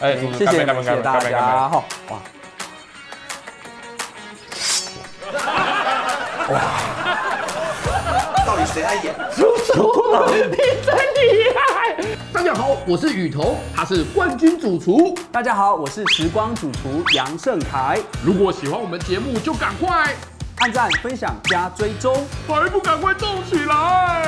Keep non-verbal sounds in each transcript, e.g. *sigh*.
哎谢谢干杯干杯谢谢干大杯干杯家哈，哇到底谁在演？大家好，我是雨桐，他是冠军主厨。大家好，我是时光主厨杨盛凯，如果喜欢我们节目，就赶快按赞、分享加追踪，还不赶快动起来！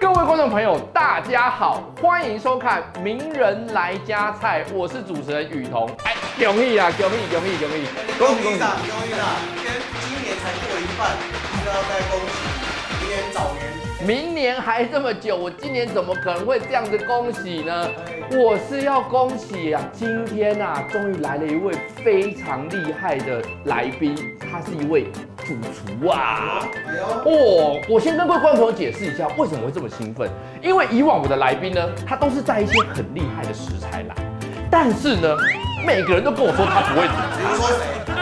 各位观众朋友，大家好，欢迎收看《名人来家菜》，我是主持人雨桐。哎，恭喜啊，恭喜恭喜恭喜！恭喜啦，恭喜啦！今天今年才过一半，就要该恭喜，明年早年。明年还这么久，我今年怎么可能会这样子恭喜呢？我是要恭喜啊！今天啊，终于来了一位非常厉害的来宾，他是一位主厨啊！哎呦，哦，我先跟各位观众朋友解释一下，为什么会这么兴奋？因为以往我的来宾呢，他都是带一些很厉害的食材来，但是呢，每个人都跟我说他不会煮。比如说谁？ *laughs*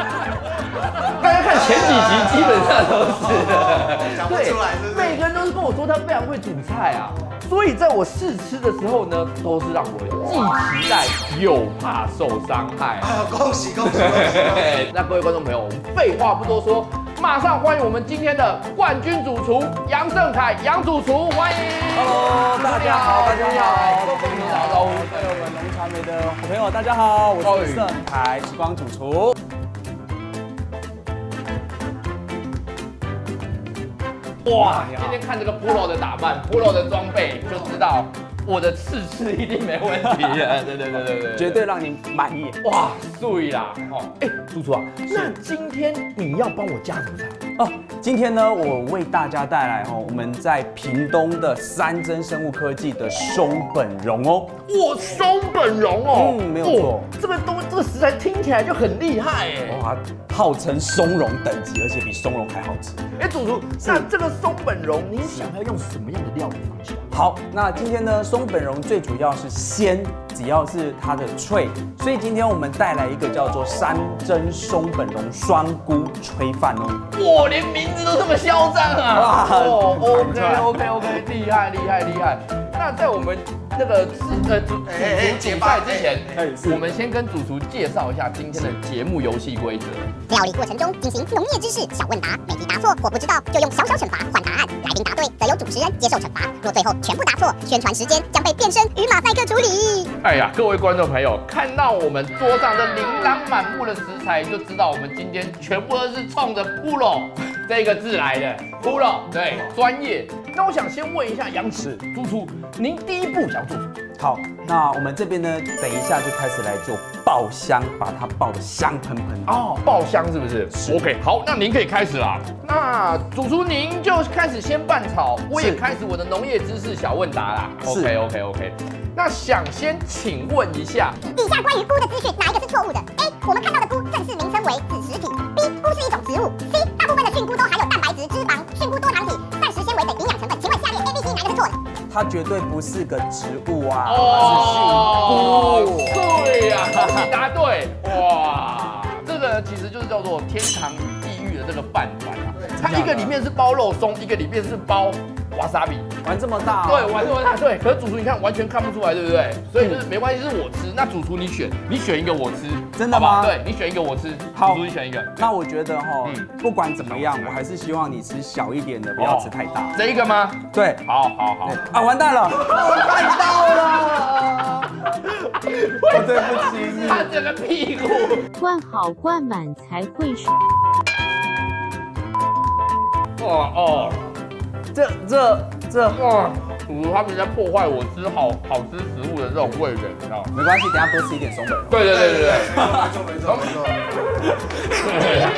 大家看前几集基本上都讲是，不出来是不是每个人都是跟我说他非常会煮菜啊，所以在我试吃的时候呢，都是让我既期待又怕受伤害。啊，恭喜恭喜恭喜！嘿 *laughs* 那各位观众朋友，我们废话不多说，马上欢迎我们今天的冠军主厨杨盛凯，杨主厨，欢迎。 Hello，大家好大家好跟我们打招呼。各位我们龙传媒的好朋友，大家好，我是盛凯，时光主厨。哇，今天看这个 Polo 的打扮，Polo 的装备，就知道我的试吃一定没问题的。哎对对对对对，绝对让你满意。哇，碎啦！哦，哎，主厨啊，那今天你要帮我加什么菜？哦，今天呢，我为大家带来哦，我们在屏东的三真生物科技的松本茸哦。我松本茸哦，嗯没有错哦哦这个东这个食材听起来就很厉害哎。哇，号称松茸等级，而且比松茸还好吃。哎，主厨，那这个松本茸，你想要用什么样的料理方式？好，那今天呢，松本茸最主要是鲜，只要是它的脆，所以今天我们带来一个叫做山珍松本茸双菇炊饭哦。哇，连名字都这么嚣张啊！哇哦很，OK 夸张 OK OK，厉害厉害厉害。那在我们那个吃呃主主哎哎厨结煮巴菜之前哎哎，是我们先跟主厨介绍一下今天的节目游戏规则。料理过程中进行农业知识小问答，每题答错或不知道就用小小惩罚换答案，来宾答对则由主持人接受惩罚，若最后全部答错，宣传时间将被变身与马赛克处理。哎呀，各位观众朋友，看到我们桌上这琳琅满目的食材，就知道我们今天全部都是冲着 “pro” 这个字来的。pro 对，专业。那我想先问一下杨池主厨，您第一步想做什么？好，那我们这边呢，等一下就开始来做爆香，把它爆得香喷喷。哦，爆香是不是是 o k 好，那您可以开始啦。那主厨您就开始先拌炒，我也是开始我的农业知识小问答啦。是 OK OK OK。那想先请问一下，以下关于菇的资讯哪一个是错误的？A. 我们看到的菇正式名称为子实体。B. 菇是一种植物。C. 大部分的菌菇都含有蛋白质、脂肪、菌菇多糖体、膳食纤维等营养成分。请问下列 A、B、C 哪一个是错的？它绝对不是个植物啊，它是，菌菇。哦对呀、恭喜答对，哇，这个其实就是叫做天堂与地狱的这个饭团啊，它一个里面是包肉松，一个里面是包瓦萨比，玩这么大、哦对，玩这么大，对，可是主厨你看完全看不出来，对不对？嗯所以就是没关系，是我吃，那主厨你选，你选一个我吃，真的好不好吗对你选一个我吃，好主厨你选一个，那我觉得哈、嗯不管怎么样，我还是希望你吃小一点的，哦不要吃太大。这一个吗？对，好好好对，啊，完蛋了，我看到了， *laughs* 我对不起你。他整个屁股。灌好灌满才会爽。哦这这这哦，哇！主厨他们在破坏我吃好好吃食物的这种味觉，你知道吗？没关系，等一下多吃一点松本茸。对对对对对。没错没错没错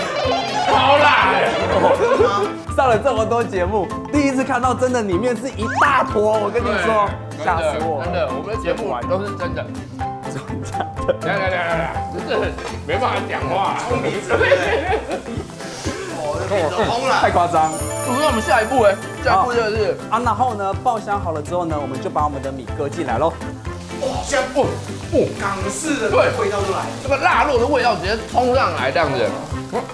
*laughs* 好啦，没错。啊上了这么多节目，第一次看到真的里面是一大坨，我跟你说，吓死我真了。的，我们的节目都是真的。真的来来来来来，真的没办法讲 *laughs* 话。啊我的脸都红太了。夸张主那我们下一步哎，下一步就是啊！然后呢，爆香好了之后呢，我们就把我们的米搁进来喽。哇，现在哦哦，港式的对味道都来了。这个腊肉的味道直接冲上来这样子。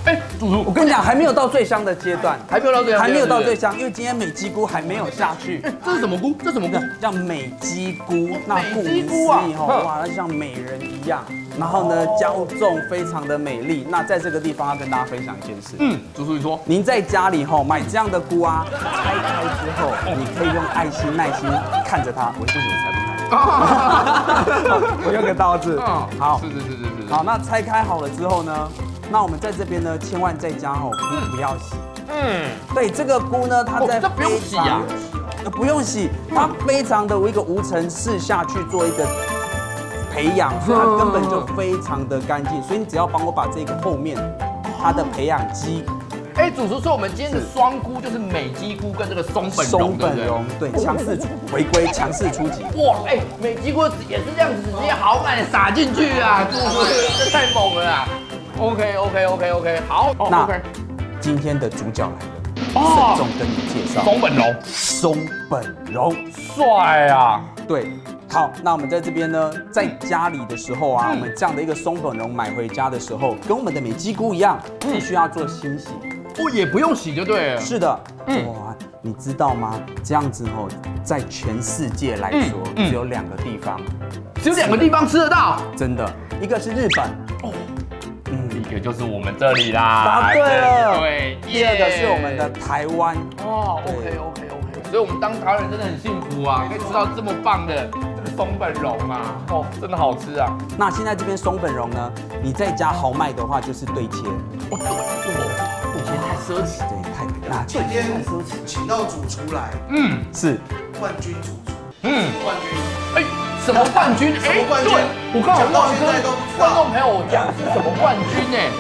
哎，主厨我跟你讲，还没有到最香的阶段，还没有到最香，还没有到最对啊香，因为今天美肌菇还没有下去。不对。这是什么菇？这什么菇？叫美肌菇，那顾美名肌思义菇啊吼，嗯哇，那就像美人一样。然后呢，骄纵非常的美丽。那在这个地方要跟大家分享一件事，嗯，主厨 *laughs* 你说，您在家里吼买这样的菇啊，拆开之后，你可以用爱心耐心看着它。我是什么拆不开？ *laughs* *laughs* 我用个刀子。嗯，好啊是，是是是是，好，，那拆开好了之后呢，那我们在这边呢，千万在家吼菇不要洗。嗯，对，这个菇呢，它哦在这不用非洗啊常，呃不用洗，它非常的一个无尘室下去做一个培养，所以它嗯根本就非常的干净。所以你只要帮我把这个后面它的培养基哎，主厨说我们今天的双菇就是美肌菇跟这个松本松茸，对本不对？茸，对，强势回归，强势出击。哇，哎、美肌锅也是这样子，直接好满撒进去啊，主厨这太猛了啊！OK OK OK OK，好，哦那 OK 今天的主角来了，哦慎重跟你介绍松本龙松本茸。帅啊，对，好，那我们在这边呢，在家里的时候啊，嗯我们这样的一个松本茸买回家的时候，跟我们的美肌菇一样，嗯必须要做清洗。哦也不用洗就对了，是的，嗯哇，你知道吗？这样子哦，在全世界来说，嗯嗯只有两个地方，只有两个地方吃得到，真的，一个是日本，哦嗯，一个就是我们这里啦，答对了对，第二个是我们的耶台湾。哦，OK OK OK，所以我们当台湾人真的很幸福啊，可以吃到这么棒的这个松本茸啊，哦，真的好吃啊，那现在这边松本茸呢，你在家豪迈的话就是对切，哦，我我觉得太奢侈，对，太那今天请到主厨来，嗯是冠军主厨，嗯。冠军，哎，什么冠军？哎，什么冠军对我刚好忘讲到现在跟都不知道观众朋友讲是什么冠军哎。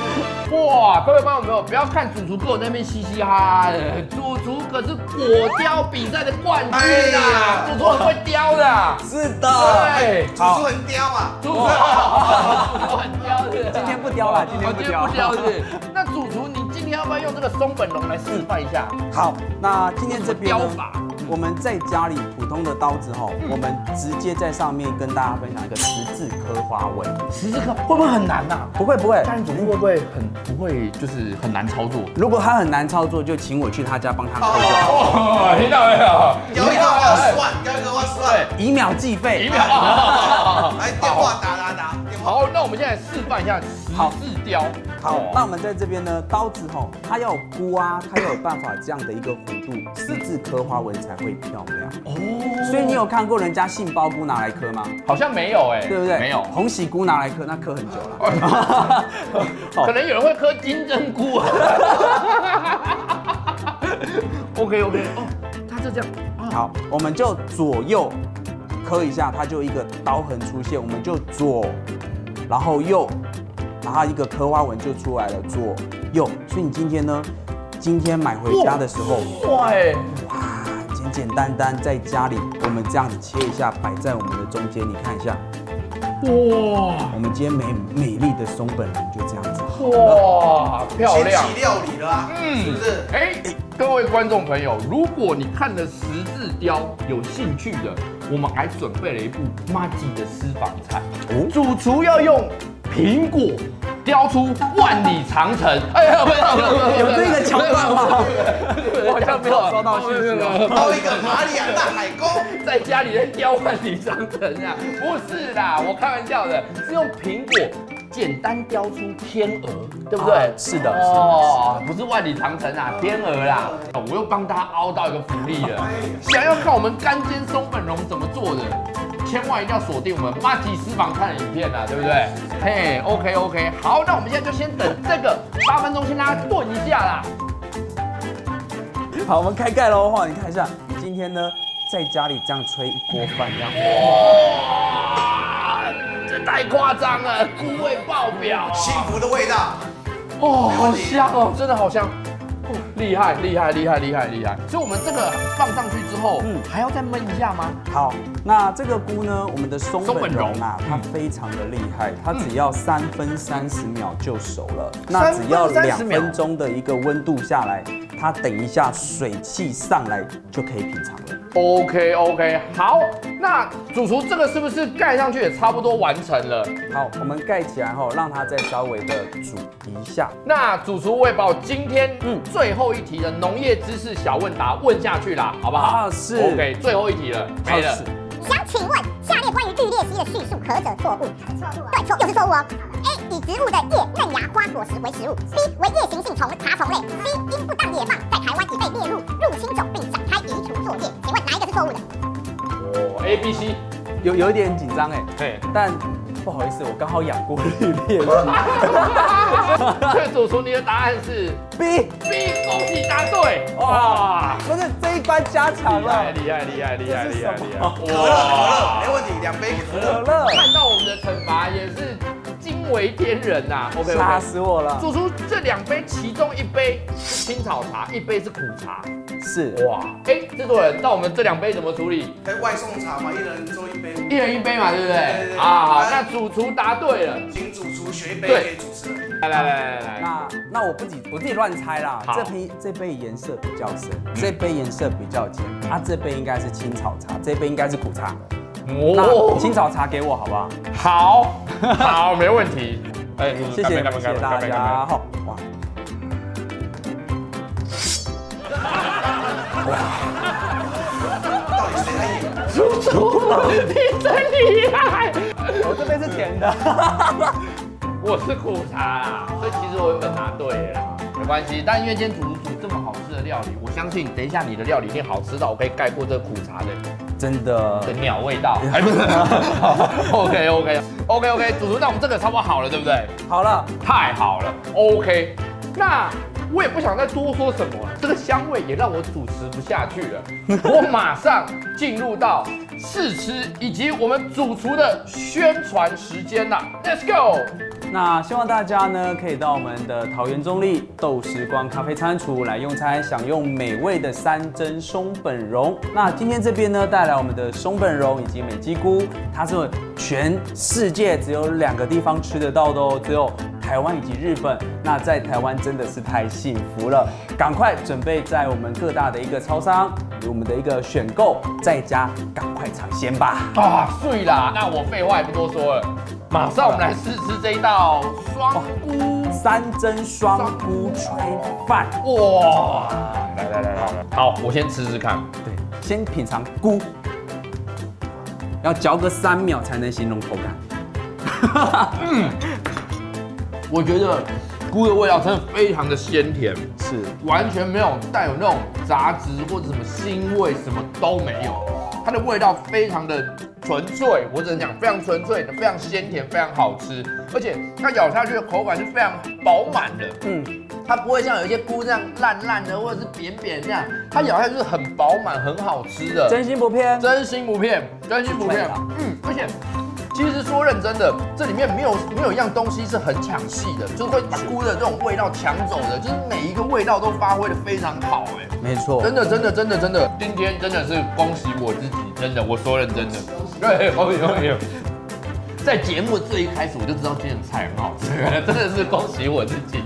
哇，各位观众朋友，不要看主厨跟我那边嘻嘻哈哈的，主厨可是果雕比赛的冠军啊，哎呀主厨很会雕的啊，是哎对，主厨很刁啊，主厨，主厨很雕的。啊今天不雕了，今天我不哦今雕，天不雕是。那主厨，你今天要不要用这个松本龙来示范一下？好，那今天这边呢雕法嗯我们在家里普通的刀子吼，我们直接在上面跟大家分享一个十字刻花纹，十字刻会不会很难啊呐？不会不会。但主厨会不会很不会，就是很难操作？如果他很难操作，就请我去他家帮他刻就好，哦，听到没有？哦刁一个话算，刁一个话算，以秒计费。一秒。 *laughs* 来电话打打打，电话好，那我们现在示范一下十字雕。好，那我们在这边呢，刀子吼，它要有箍啊，它要有办法这样的一个弧度，十字刻花纹才会漂亮。哦，所以你有看过人家杏鲍菇拿来刻吗？好像没有哎，对不对？没有。红喜菇拿来刻，那刻很久 *laughs* 了。 *laughs* 好可能有人会磕金针菇 *laughs* 啊。OK OK，哦，他就这样，好，我们就左右磕一下，它就一个刀痕出现，我们就左，然后右，然后一个刻花纹就出来了，左右。所以你今天呢，今天买回家的时候，帅，哇，简简单单在家里，我们这样子切一下，摆在我们的中间，你看一下，哇我们今天美美丽的松本人就这样子。哇，漂亮。先起料理了啊，嗯是不是？哎，各位观众朋友，如果你看了十字雕有兴趣的，我们还准备了一部 Maggi 的私房菜，哦主厨要用苹果雕出万里长城。哎呀，不要不要不要， *laughs* 有这个桥段吗？我 *laughs* 好像没有收到讯息哦 *laughs* 到一个马里亚纳海沟，在家里在雕万里长城啊？不是啦，我开玩笑的，是用苹果简单雕出天鹅，对不对啊？是的是的哦，不是万里长城啊，天鹅啦。我又帮大家凹到一个福利了，想要看我们干煎松本茸怎么做的，千万一定要锁定我们马吉私房看的影片啊，对不对？嘿，OK OK，好，那我们现在就先等这个八分钟，先让它炖一下啦。好，我们开盖喽哈，你看一下，今天呢在家里这样吹一锅饭这样。哇，这太夸张了，菇味爆表、幸福的味道，哦，好香哦，真的好香。哦厉害厉害厉害厉害厉害！所以我们这个放上去之后，嗯嗯，还要再焖一下吗？好，那这个菇呢，我们的松松本本茸茸啊，它嗯非常的厉害，它只要三分三十秒就熟了。那3只要分两30秒分钟的一个温度下来，它等一下水汽上来就可以品尝了。 OK OK，好，那主厨这个是不是盖上去也差不多完成了？好，我们盖起来后，让它再稍微的煮一下。那主厨我也把我今天嗯最后一题的农业知识小问答问下去啦，好不好？啊是啊 OK，最后一题了，没了好。想请问下列关于绿鬣蜥的叙述何者错误？对，错，又是错误哦。A. 以植物的叶、嫩芽、花、果实为食物。B. 为夜行性虫、爬虫类。C. 因不当野放，在台湾已被列入入侵种并展开移除作业。请问哪一个是错误的？哦，A B C， *laughs* 有有一点紧张哎，嘿，但不好意思，我刚好养过绿 *laughs* *laughs* 鬣蜥。所以主厨你的答案是 B， B，恭喜答对！哇哇，，不是这一关加强厉害了，厉害厉害厉害这是厉害什么厉可害！乐可乐没问题，两杯可可乐。乐看到我们的惩罚也是惊为天人呐、OK 吓 OK，死我了，主厨这两杯其中一杯是青草茶，一杯是苦茶。是哇，哎，制作人，那我们这两杯怎么处理？可以哎外送茶嘛，一人做一杯。一人一杯嘛，对不对对对？对啊，好，那主厨答对了。请主厨学一杯对给主持人。来来来来来，那那我不己我自己乱猜啦，好这瓶这杯颜色比较深，这杯颜色比较浅，啊这杯应该是青草茶，这杯应该是苦茶，那青哦，草茶给我好不好？好，好，没问题。哎，主厨谢谢干杯谢谢干杯干杯大干杯干杯家，好哇。到底谁在赢？主厨， *laughs* 你真厉害！我这杯是甜的， *laughs* 我是苦茶啦，所以其实我有答对了啦，没关系。但因为今天主厨煮这么好吃的料理，我相信等一下你的料理一定好吃到我可以盖过这苦茶的真的的鸟味 *laughs* 道。哎，不是，OK OK OK OK，主厨，那我们这个差不多好了，对不对？好了，太好了，OK。那我也不想再多说什么了，这个香味也让我主持不下去 *laughs* 了。我马上进入到试吃以及我们主厨的宣传时间啦，Let's go！那希望大家呢可以到我们的桃园中立豆时光咖啡餐厨来用餐，享用美味的三珍松本蓉。那今天这边呢带来我们的松本蓉以及美肌菇，它是全世界只有两个地方吃得到的哦，只有台湾以及日本。那在台湾真的是太幸福了，赶快准备在我们各大的一个超商，我们的一个选购，在家赶快尝鲜吧。啊，睡啦！那我废话也不多说了，马上我们来试吃这一道双菇。三珍双菇炊饭。哇！来来来来来，好，我先吃吃看。对，先品尝菇，要嚼个三秒才能形容口感。 *laughs* 我觉得菇的味道真的非常的鲜甜，是，完全没有带有那种杂质或者什么腥味，什么都没有。它的味道非常的纯粹，我只能讲非常纯粹，非常鲜甜，非常好吃，而且它咬下去的口感是非常饱满的。嗯，它不会像有一些菇这样烂烂的，或者是扁扁这样，它咬下去是很饱满、很好吃的，真心不骗。真心不骗，真心不骗去吹吧。嗯，而且其实说认真的，这里面没有没有一样东西是很抢戏的，就是会把菇的这种味道抢走的，就是每一个味道都发挥的非常好，哎。没错真的，真的，真的，真的，今天真的是恭喜我自己，真的，我说认真的，对，恭喜恭喜。在节目最一开始我就知道今天的菜很好吃， *laughs* 真的是恭喜我自己。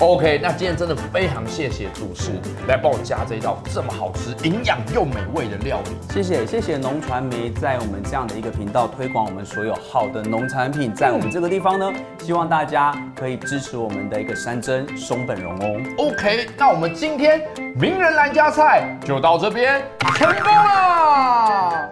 OK，那今天真的非常谢谢主持来帮我加这一道这么好吃、营养又美味的料理。谢谢谢谢农传媒在我们这样的一个频道推广我们所有好的农产品，在我们这个地方呢，希望大家可以支持我们的一个山珍松本蓉哦。 OK，那我们今天名人来家菜就到这边成功了。